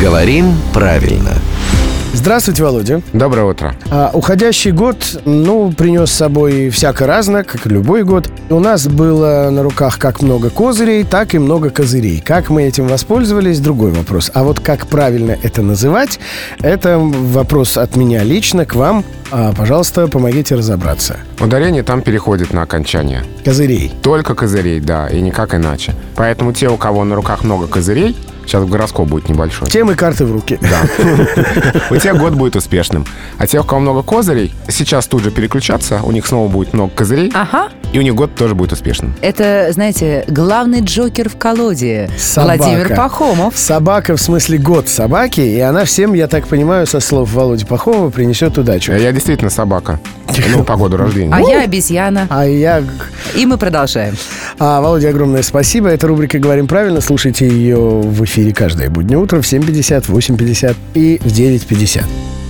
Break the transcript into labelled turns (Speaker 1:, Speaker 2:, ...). Speaker 1: Говорим правильно.
Speaker 2: Здравствуйте, Володя.
Speaker 3: Доброе утро.
Speaker 2: А, уходящий год, ну, принес с собой всяко разное, как и любой год. У нас было на руках как много козырей, так и много козырей. Как мы этим воспользовались, другой вопрос. А вот как правильно это называть, это вопрос от меня лично к вам. А, пожалуйста, помогите разобраться.
Speaker 3: Ударение там переходит на окончание.
Speaker 2: Козырей.
Speaker 3: Только козырей, да, и никак иначе. Поэтому те, у кого на руках много козырей, сейчас гороскоп будет небольшой.
Speaker 2: Темы карты в руки.
Speaker 3: Да. У тех год будет успешным. А те, у кого много козырей, сейчас тут же переключаться, у них снова будет много козырей,
Speaker 4: Ага.
Speaker 3: и у них год тоже будет успешным.
Speaker 4: Это, знаете, главный джокер в колоде.
Speaker 2: Собака.
Speaker 4: Владимир Пахомов.
Speaker 2: Собака, в смысле год собаки, и она всем, я так понимаю, со слов Володи Пахова принесет удачу.
Speaker 3: Я действительно собака. Ну, по году рождения.
Speaker 4: А я обезьяна.
Speaker 2: А я
Speaker 4: И мы продолжаем.
Speaker 2: А, Володя, огромное спасибо. Это рубрика «Говорим правильно». Слушайте ее в эфире каждое буднее утро в 7.50, в 8.50 и в 9.50.